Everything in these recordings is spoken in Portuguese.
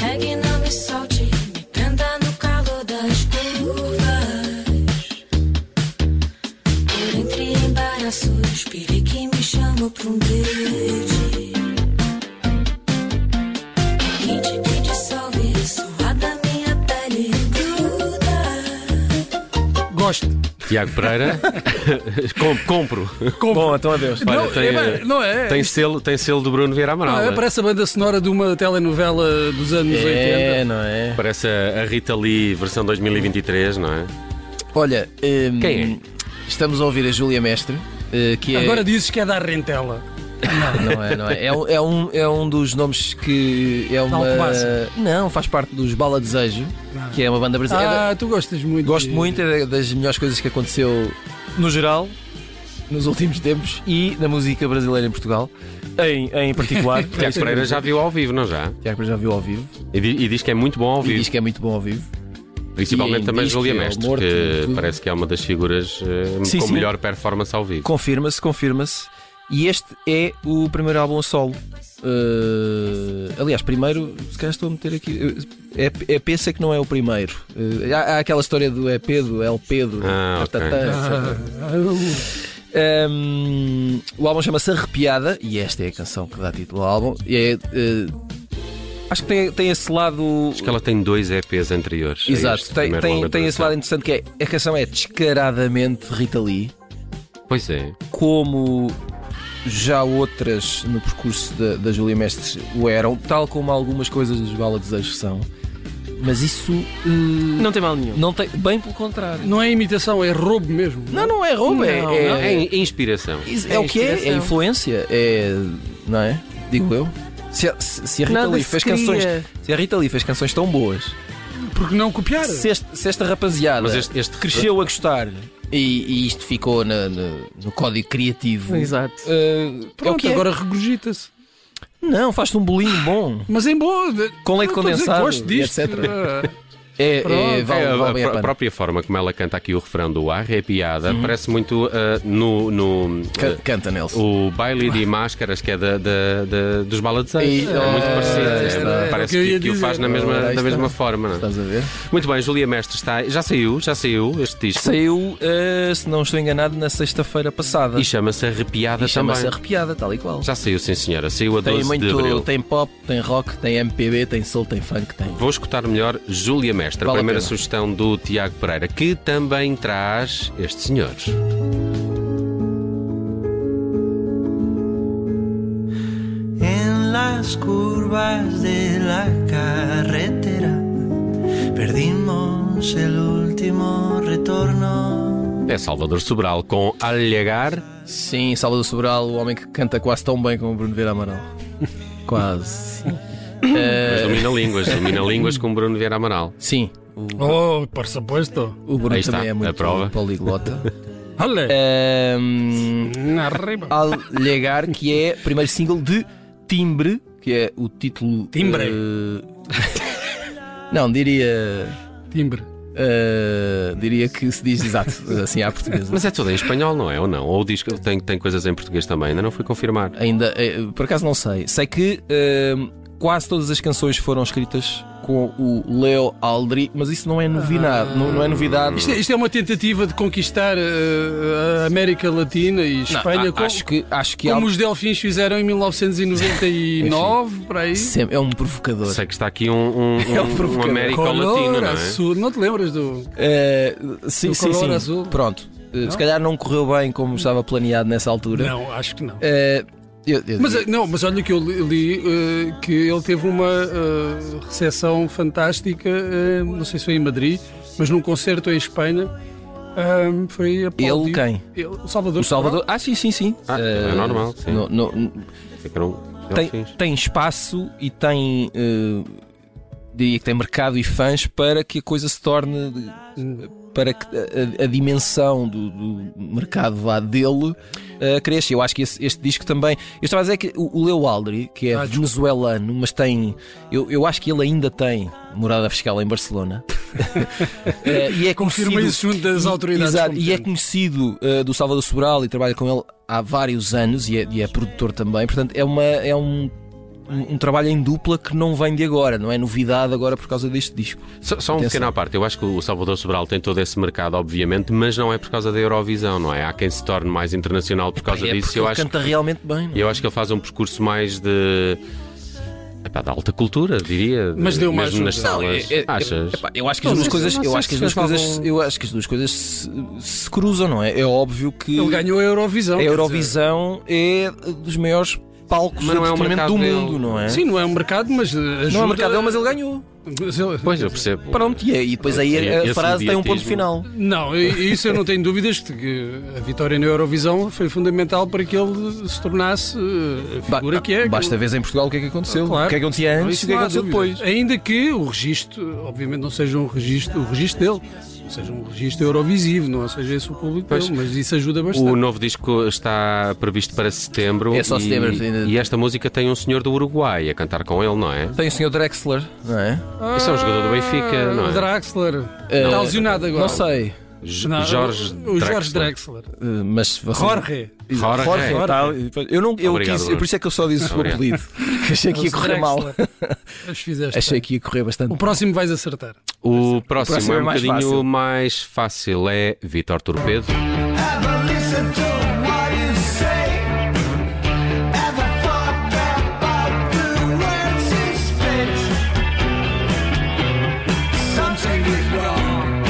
Pegue, não me solte, me prenda no calor das curvas. Por entre embaraços, pire que me chama pra um date. Quente que dissolve, suada minha pele gruda. Gosto. Tiago Pereira, com- compro. Bom, então adeus. Olha, Não, tem, eh, é eh, bem, não é. tem selo, tem selo do Bruno Vieira Amaral. é Ah, né? parece a banda sonora de uma telenovela dos anos 80. É, não é? Parece a a Rita Lee, versão 2023, não é? Olha, hum, Quem é? estamos a ouvir a Júlia Mestre, eh, que é. Agora dizes que é da rentela. Não é, não é. É um, é um, é um dos nomes que. É uma... Alcobaça. Não, faz parte dos Bala Desejo, que é uma banda brasileira. Ah, tu gostas muito. Gosto de- muito é das melhores coisas que aconteceu no geral nos últimos tempos e na música brasileira em Portugal, em, em particular. Tiago Pereira já viu ao vivo, não já? Tiago já viu ao vivo E, di- e diz que é muito bom ao e vivo. diz que é muito bom ao vivo. Principalmente e em também disco, Júlia ao Mestre, morto, que tudo. parece que é uma das figuras eh, Sim, com sim. melhor performance ao vivo. Confirma-se, confirma-se. E este é o primeiro álbum a solo. Eh, aliás, primeiro, se calhar estou a meter aqui. eh, É, é pensa que não é o primeiro. Eh, há, há aquela história do EP, do LP, do Ah, ok. tatatá, etc. Ah, eu- Um, o álbum chama-se Arrepiada e esta é a canção que dá título ao álbum. E é, eh, acho que tem, tem esse lado. Acho que ela tem dois EPs anteriores. a Exato, este tem, primeiro é tem, longa tem esse duração. lado interessante que é a canção é descaradamente Rita Lee, Pois é. como já outras no percurso da, da Júlia Mestres o eram, tal como algumas coisas dos Bala Desejos são. Mas isso eh, não, Não tem mal nenhum. tem. Bem pelo contrário. Não é imitação, é roubo mesmo. Não, não é roubo, é- Não, é- não. É in- inspiração. É, o que é, é inspiração. influência, é. não é? Digo eu. Se a, se- se a Rita Nada Lee se fez canções. cria. Se a Rita Lee fez canções tão boas, Porque não copiar? se, é este- se esta rapaziada Mas este, este cresceu a gostar e, e isto ficou na- na- no código criativo. Exato. eh, é o Pronto, que é. agora regurgita-se. Não, faz-te um bolinho bom. Mas em boa. de- Com leite não estou a dizer que condensado, Gosto disto. etc. Ah, É, é, Pronto. vale, É, a- vale a, bem pró- a pena. Uhum. própria forma como ela canta aqui o refrão do Arrepiada parece muito ah, no, no, Ca- Canta, ah, Nelson. o baile de máscaras que é da, da- da- dos E- baladezeiros. É muito Ah, parecido. aí é, está. Era o parece que eu que, ia que o faz dizer. na mesma, Ah, aí da mesma está. forma. não é? Estás a ver? Muito bem, Júlia Mestre está. Já saiu, já saiu este disco. Saiu, eh, se não estou enganado, na sexta-feira passada. E chama-se Arrepiada E chama-se também. Arrepiada, tal e qual. Já saiu, sim senhora. Saiu a 12 Tem de muito, abril. tem pop, tem rock, tem MPB, tem soul, tem funk, tem. Vou escutar melhor Júlia Mestre, Vale a a primeira pena. sugestão do Tiago Pereira, que também traz este senhor. en las curvas de la carretera. Perdimos el último retorno. É Salvador Sobral com Alhegar. Sim, Salvador Sobral, o homem que canta quase tão bem como o Bruno Vieira Amaral. Quase. Mas Eh. domina línguas, domina línguas com Bruno Vieira Amaral. Sim, o, Oh, por supuesto. o Bruno Aí está, também é a muito prova. poliglota. Ehm, Olha. Ahm, Arriba. Al Llegar, que é o primeiro single de Timbre, que é o título. Timbre. eh, não, diria. Timbre. eh, diria que se diz exato, assim à portuguesa. Mas é tudo em espanhol, não é? Ou não? Ou diz que tem, tem coisas em português também, ainda não fui confirmar. Ainda, eh, por acaso não sei. Sei que ehm, quase todas as canções foram escritas com o Leo Aldri, mas isso não é novidade. Não, não é novidade. Isto é, isto é uma tentativa de conquistar eh, a América Latina e Não, Espanha a- com- acho que acho que é como há- os Delfins fizeram em 1999, para aí. Sem- é um provocador. Sei que está aqui um, um, um, um provocador. Américo Latino, Color não é? azul. Não te lembras do. Eh, sim, Do sim, color sim. azul. Pronto. Eh, se calhar não correu bem como estava planeado nessa altura. Não, acho que não. Eh, eu- eu- Mas, eh, não, mas olha que eu li, li, eh, que ele teve uma eh, recepção fantástica, eh, não sei se foi em Madrid, mas num concerto em Espanha. ah, foi aplaudido. ele quem? Ele, o Salvador. O Salvador. Ah, sim, sim, sim. Ah, Eh, é normal, sim. no- no- Ficaram tem, delfins. tem espaço e tem. eh, diria que tem mercado e fãs para que a coisa se torne. eh, para que a, a- a dimensão do, do mercado vá dele eh, cresça. Eu acho que esse- este disco também. Eu estava a dizer que o, o Leo Aldri, que é Ah, desculpa. venezuelano, mas tem. Eu, eu acho que ele ainda tem morada fiscal em Barcelona. é Eh, e é Confirma conhecido- isso junto das autoridades. Exato, e é competentes. conhecido eh, do Salvador Sobral e trabalha com ele há vários anos e é, e é produtor também, portanto é, uma, é um, um trabalho em dupla que não vem de agora, não é novidade agora por causa deste disco. Só, só um Atenção. pequeno à parte, eu acho que o Salvador Sobral tem todo esse mercado, obviamente, mas não é por causa da Eurovisão, não é? Há quem se torne mais internacional por causa é disso. porque Eu ele acho, canta realmente bem. não é? eu acho que ele faz um percurso mais de. Epá, da alta cultura, diria. de- Mas deu um- uma ajuda. mesmo nas Não, é- salas. é- é- Achas? epá, eu acho que Não, as duas não coisas, sei- não eu sei acho que as se duas coisas, cantavam- eu acho que as duas coisas se, se cruzam, não é? É óbvio que Ele ganhou a Eurovisão. a quer É Eurovisão é dos maiores palcos Mas não de é um entretenimento do mercado mundo, dele. não é? dizer, Sim, não é um mercado, mas eh, ajuda. não é o mercado dele, mas ele ganhou. Mas ele- Pois, eu percebo. Pronto, e, é- e depois aí a, a Esse frase tem um ponto mediatismo. final. Não, e- isso eu não tenho dúvidas de que a vitória na Eurovisão foi fundamental para que ele se tornasse eh, a figura que é. Basta ver em Portugal o que é que aconteceu. Claro. O que é que acontecia antes e Isso o que é não que há aconteceu dúvida. depois. Ainda que o registro, obviamente, não seja um registro, o registro dele, não seja um registro eurovisivo, não seja esse o público Pois. dele, mas isso ajuda bastante. O novo disco está previsto para setembro. É só e- setembro, ainda. E esta música tem um senhor do Uruguai a cantar com ele, não é? Tem o Sr. Drexler, não é? Isso é um jogador do Benfica, não é? O Draxler. Eh, Está lesionado agora. Não sei, Jo- Não, Jorge o, o Jorge Drexler. Drexler. eh, mas Jorge. Jorge. Jorge, é, tal, e depois- Eu, não, eu Obrigado, quis, Bruno. por isso é que eu só disse o Obrigado. apelido. que achei que ia correr mal. Drexler. Mas fizeste. Achei bem. que ia correr bastante. O próximo vais acertar. O próximo, próximo é é um mais bocadinho fácil. mais fácil. É Vitor Torpedo. Ever listen to what you say? Ever thought about the words you spit? Something is wrong.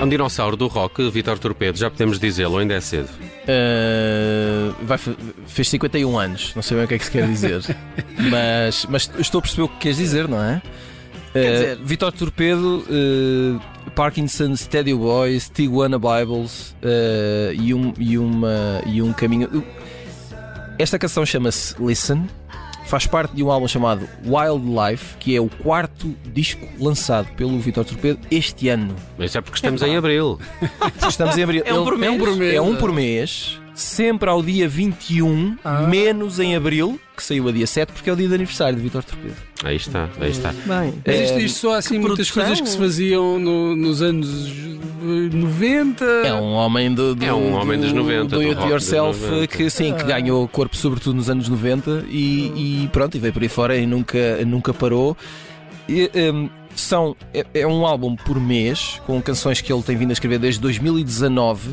É um dinossauro do rock, Vitor Torpedo. Já podemos dizê-lo, ainda é cedo. Uh, vai fe- fez 51 anos, não sei bem o que é que se quer dizer, mas, mas estou a perceber o que queres dizer, não é? Uh, dizer- Vitor Torpedo, uh, Parkinson, Steady Boys, Tijuana Bibles uh, e, um, e, uma, e um caminho. Esta canção chama-se Listen, faz parte de um álbum chamado Wildlife, que é o quarto disco lançado pelo Vitor Torpedo este ano. Mas isso é porque estamos em abril. Estamos em abril. É um por Ele- mês. É um por mês. É um por mês, Sempre ao dia 21, Ah. menos em abril, que saiu a dia 7, porque é o dia de aniversário de Vitor Torpedo. É, Aí está, aí está. Bem, É, Mas isto, isto só há assim muitas produção. coisas que se faziam no- nos anos eh, 90. é um homem do, do- É um homem dos do- 90, do, do It rock dos Yourself 90. que sim, que ganhou corpo sobretudo nos anos 90 e, e pronto, e veio por aí fora e nunca, nunca parou. E, hum, são, é, é um álbum por mês, com canções que ele tem vindo a escrever desde 2019.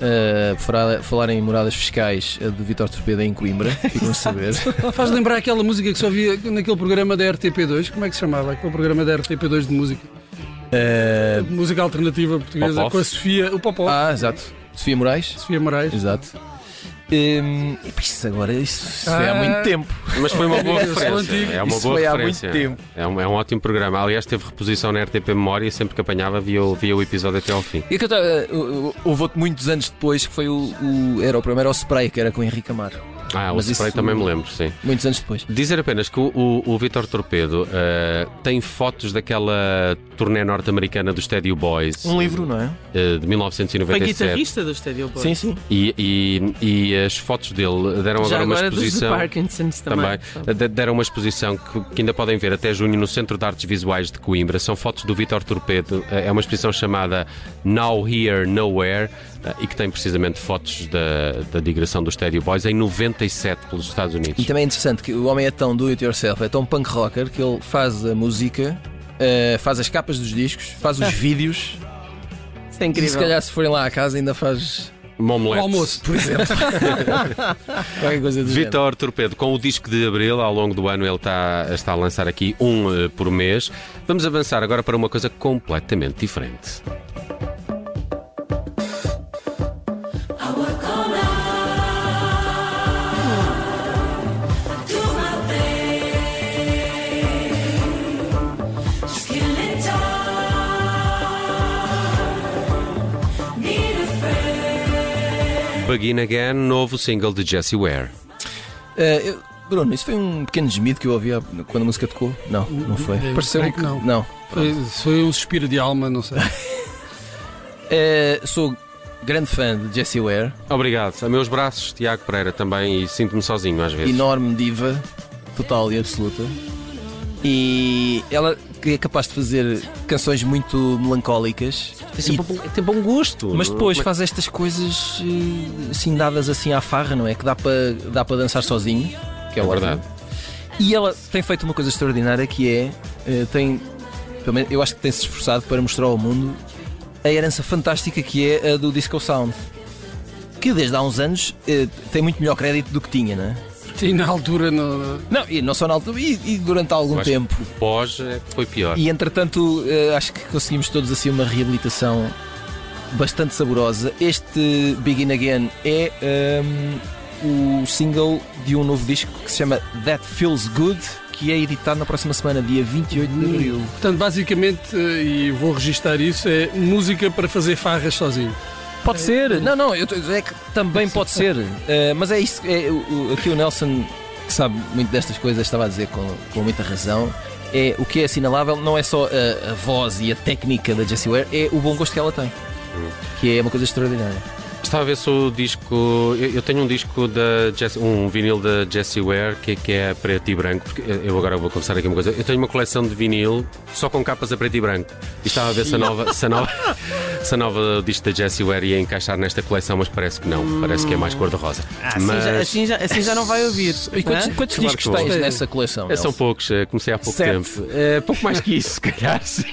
Uh, por falar- falar em moradas fiscais a de Vitor Torpedo é em Coimbra, ficam a saber. Faz lembrar aquela música que só havia naquele programa da RTP2. Como é que se chamava? Aquele programa da RTP2 de música. Uh, De música alternativa portuguesa Popó. com a Sofia, o Popó, ah, exato. Sofia Moraes. Sofia Moraes. Exato. Hum, e pá, isso agora, isso, isso foi há Ah. muito tempo. Mas foi uma boa Eu sou referência. antigo. É uma Isso boa foi há referência. muito tempo. É um, é um ótimo programa. Aliás, teve reposição na RTP Memória e sempre que apanhava via, o- via o episódio até ao fim. E que eu tava- eu- eu- houve outro muitos anos depois que foi o, o- era o primeiro ao spray, que era com o Henrique Amaro. Ah, o Mas spray isso- também me lembro, sim. Muitos anos depois. Dizer apenas que o, o, o Vitor Torpedo eh, tem fotos daquela turnê norte-americana dos Stadio Boys Um livro, não é? eh, de Foi 1997 guitarrista do Stadio Boys. Sim, sim. e, e, e as fotos dele deram Já agora uma agora dos exposição Parkinson's também. também de- deram uma exposição que, que ainda podem ver até junho no Centro de Artes Visuais de Coimbra. São fotos do Vitor Torpedo. Eh, É uma exposição chamada Now Here Nowhere eh, e que tem precisamente fotos da, da digressão dos Stadio Boys em 97 pelos Estados Unidos. E também é interessante que o homem é tão do it yourself, é tão punk rocker que ele faz a música, eh, faz as capas dos discos, faz os vídeos. Isso é E se incrível. calhar se forem lá à casa ainda faz Uma O omelete. almoço, por exemplo. qualquer coisa do género. Vitor Torpedo, com o disco de Abril, ao longo do ano ele está, está a lançar aqui um eh, por mês. Vamos avançar agora para uma coisa completamente diferente. Do my thing. Just killing time. Need a friend. Begin Again, novo single de Jesse Ware. Eh, eu- Bruno, isso foi um pequeno gemido que eu ouvi há- quando a música tocou? Não, não foi. Eu Pareceu creio que não. Não. Foi, foi um suspiro de alma, não sei. Eh, sou grande fã de Jessie Ware, Obrigado. A meus braços, Tiago Pereira também, e sinto-me sozinho às vezes. enorme diva, total e absoluta. E ela que é capaz de fazer canções muito melancólicas, Tem sempre um e- bom- tem bom gosto. mas não- depois como é- faz estas coisas eh, assim dadas assim à farra, não é? Que dá para dá para dançar sozinho, que é, É ótimo. verdade. E ela tem feito uma coisa extraordinária que é eh, tem pelo menos eu acho que tem se esforçado para mostrar ao mundo a herança fantástica que é a do disco sound, que desde há uns anos eh, tem muito melhor crédito do que tinha, não é? E na altura, no- Não, e não só na altura, e, e durante algum Eu acho que tempo. Pós é que foi pior. E entretanto, eh, acho que conseguimos todos assim uma reabilitação bastante saborosa. Este Begin Again é ehm, o single de um novo disco que se chama That Feels Good, que é editado na próxima semana, dia 28 de abril. portanto, basicamente, eh, e vou registar isso, é música para fazer farras sozinho. Pode ser, não, não, eu tô- é que também pode ser, Eh, mas é isso, é, o- o- aqui o Nelson, que sabe muito destas coisas, estava a dizer com, com muita razão. É, o que é assinalável não é só a, a voz e a técnica da Jessie Ware, é o bom gosto que ela tem, que é uma coisa extraordinária. Estava a ver se o disco. Eu, eu tenho um disco da Jess- um vinil da Jessie Ware que, que é preto e branco. Porque eu- eu agora vou confessar aqui uma coisa. Eu tenho uma coleção de vinil só com capas a preto e branco. E estava a ver se a nova, se a nova, se a nova disco da Jessie Ware ia encaixar nesta coleção, mas parece que não. Parece que é mais cor-de-rosa. Assim, mas já, assim, já, assim já não vai ouvir. é? E quantos, Hã? quantos Claro discos que tens vou. nessa coleção? é, são Nelson? poucos. eh, Comecei há pouco Sete. tempo. É, pouco mais que isso, se calhar. sim.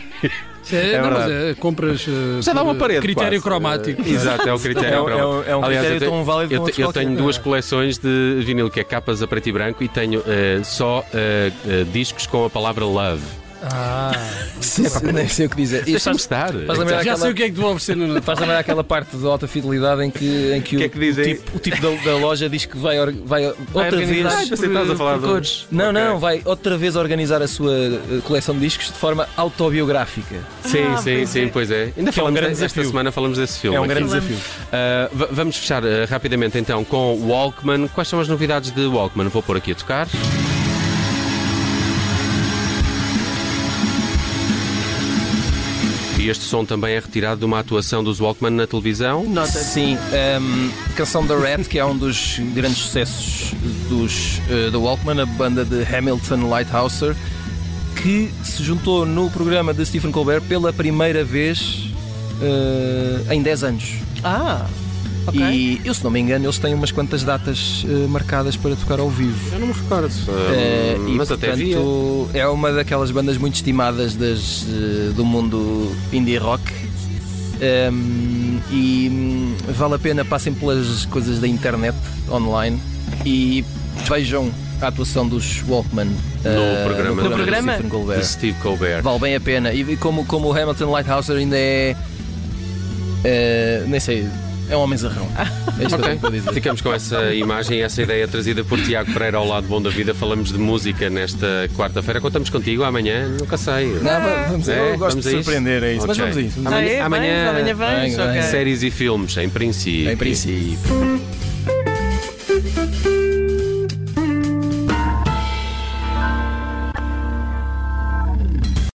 É, não, mas verdade. é, compras. eh, Já dá uma por parede. Critério quase. cromático. Eh, Exato, é o critério É um- cromático. é um- é um Aliás, critério eu tenho- tão válido Eu, te- como outros eu qualquer, tenho não é? duas coleções de vinil, que é capas a preto e branco, e tenho eh, só eh, eh, discos com a palavra love. Ah, Nem sei o que dizer. Isto Deixa-me estar. faz lembrar já sei aquela, o que é que te vou oferecer no Natal. faz lembrar aquela parte da alta fidelidade em que, em que, O que o, é que dizem? o tipo, o tipo da, da loja diz que vai, or- vai outra vez. organizar. Você estás a falar de cores. Não, não, vai outra vez organizar a sua eh, coleção de discos de forma autobiográfica. Sim, Ah, sim, pois sim, é. pois é. Ainda Que é um falamos grande desta desafio. semana falamos desse filme. É um aqui. grande desafio. Ah, va- vamos fechar ah, rapidamente então com Walkman. Quais são as novidades de Walkman? Vou pôr aqui a tocar. E este som também é retirado de uma atuação dos Walkman na televisão. Sim, ehm, canção da Red, que é um dos grandes sucessos dos, eh, da Walkman, a banda de Hamilton Lighthouser, que se juntou no programa de Stephen Colbert pela primeira vez eh, em 10 anos. Ah, ok. E eu, se não me engano, eles têm umas quantas datas eh, marcadas para tocar ao vivo. Eu não me recordo. Eh, e, mas até vi. portanto, É uma daquelas bandas muito estimadas das, eh, do mundo indie rock. Ehm, e hum, vale a pena, passem pelas coisas da internet online e vejam a atuação dos Walkman eh, programa no do programa de Stephen Stephen De Colbert. Steve Colbert. Vale bem a pena. E como, como o Hamilton Lighthouser ainda é. eh, nem sei, é um homem zarrão. É isto que eu Ok. tenho para dizer. Ficamos com essa imagem e essa ideia trazida por Tiago Pereira ao lado bom da vida. Falamos de música nesta quarta-feira. Contamos contigo amanhã, nunca sei. Não, vamos, É, eu gosto vamos de a isso? surpreender, é isso. Mas Ok. vamos a isso. Ah, é? amanhã- Vens? Amanhã vens? Venho, venho. Ok. Séries e filmes, em princípio. Em princípio.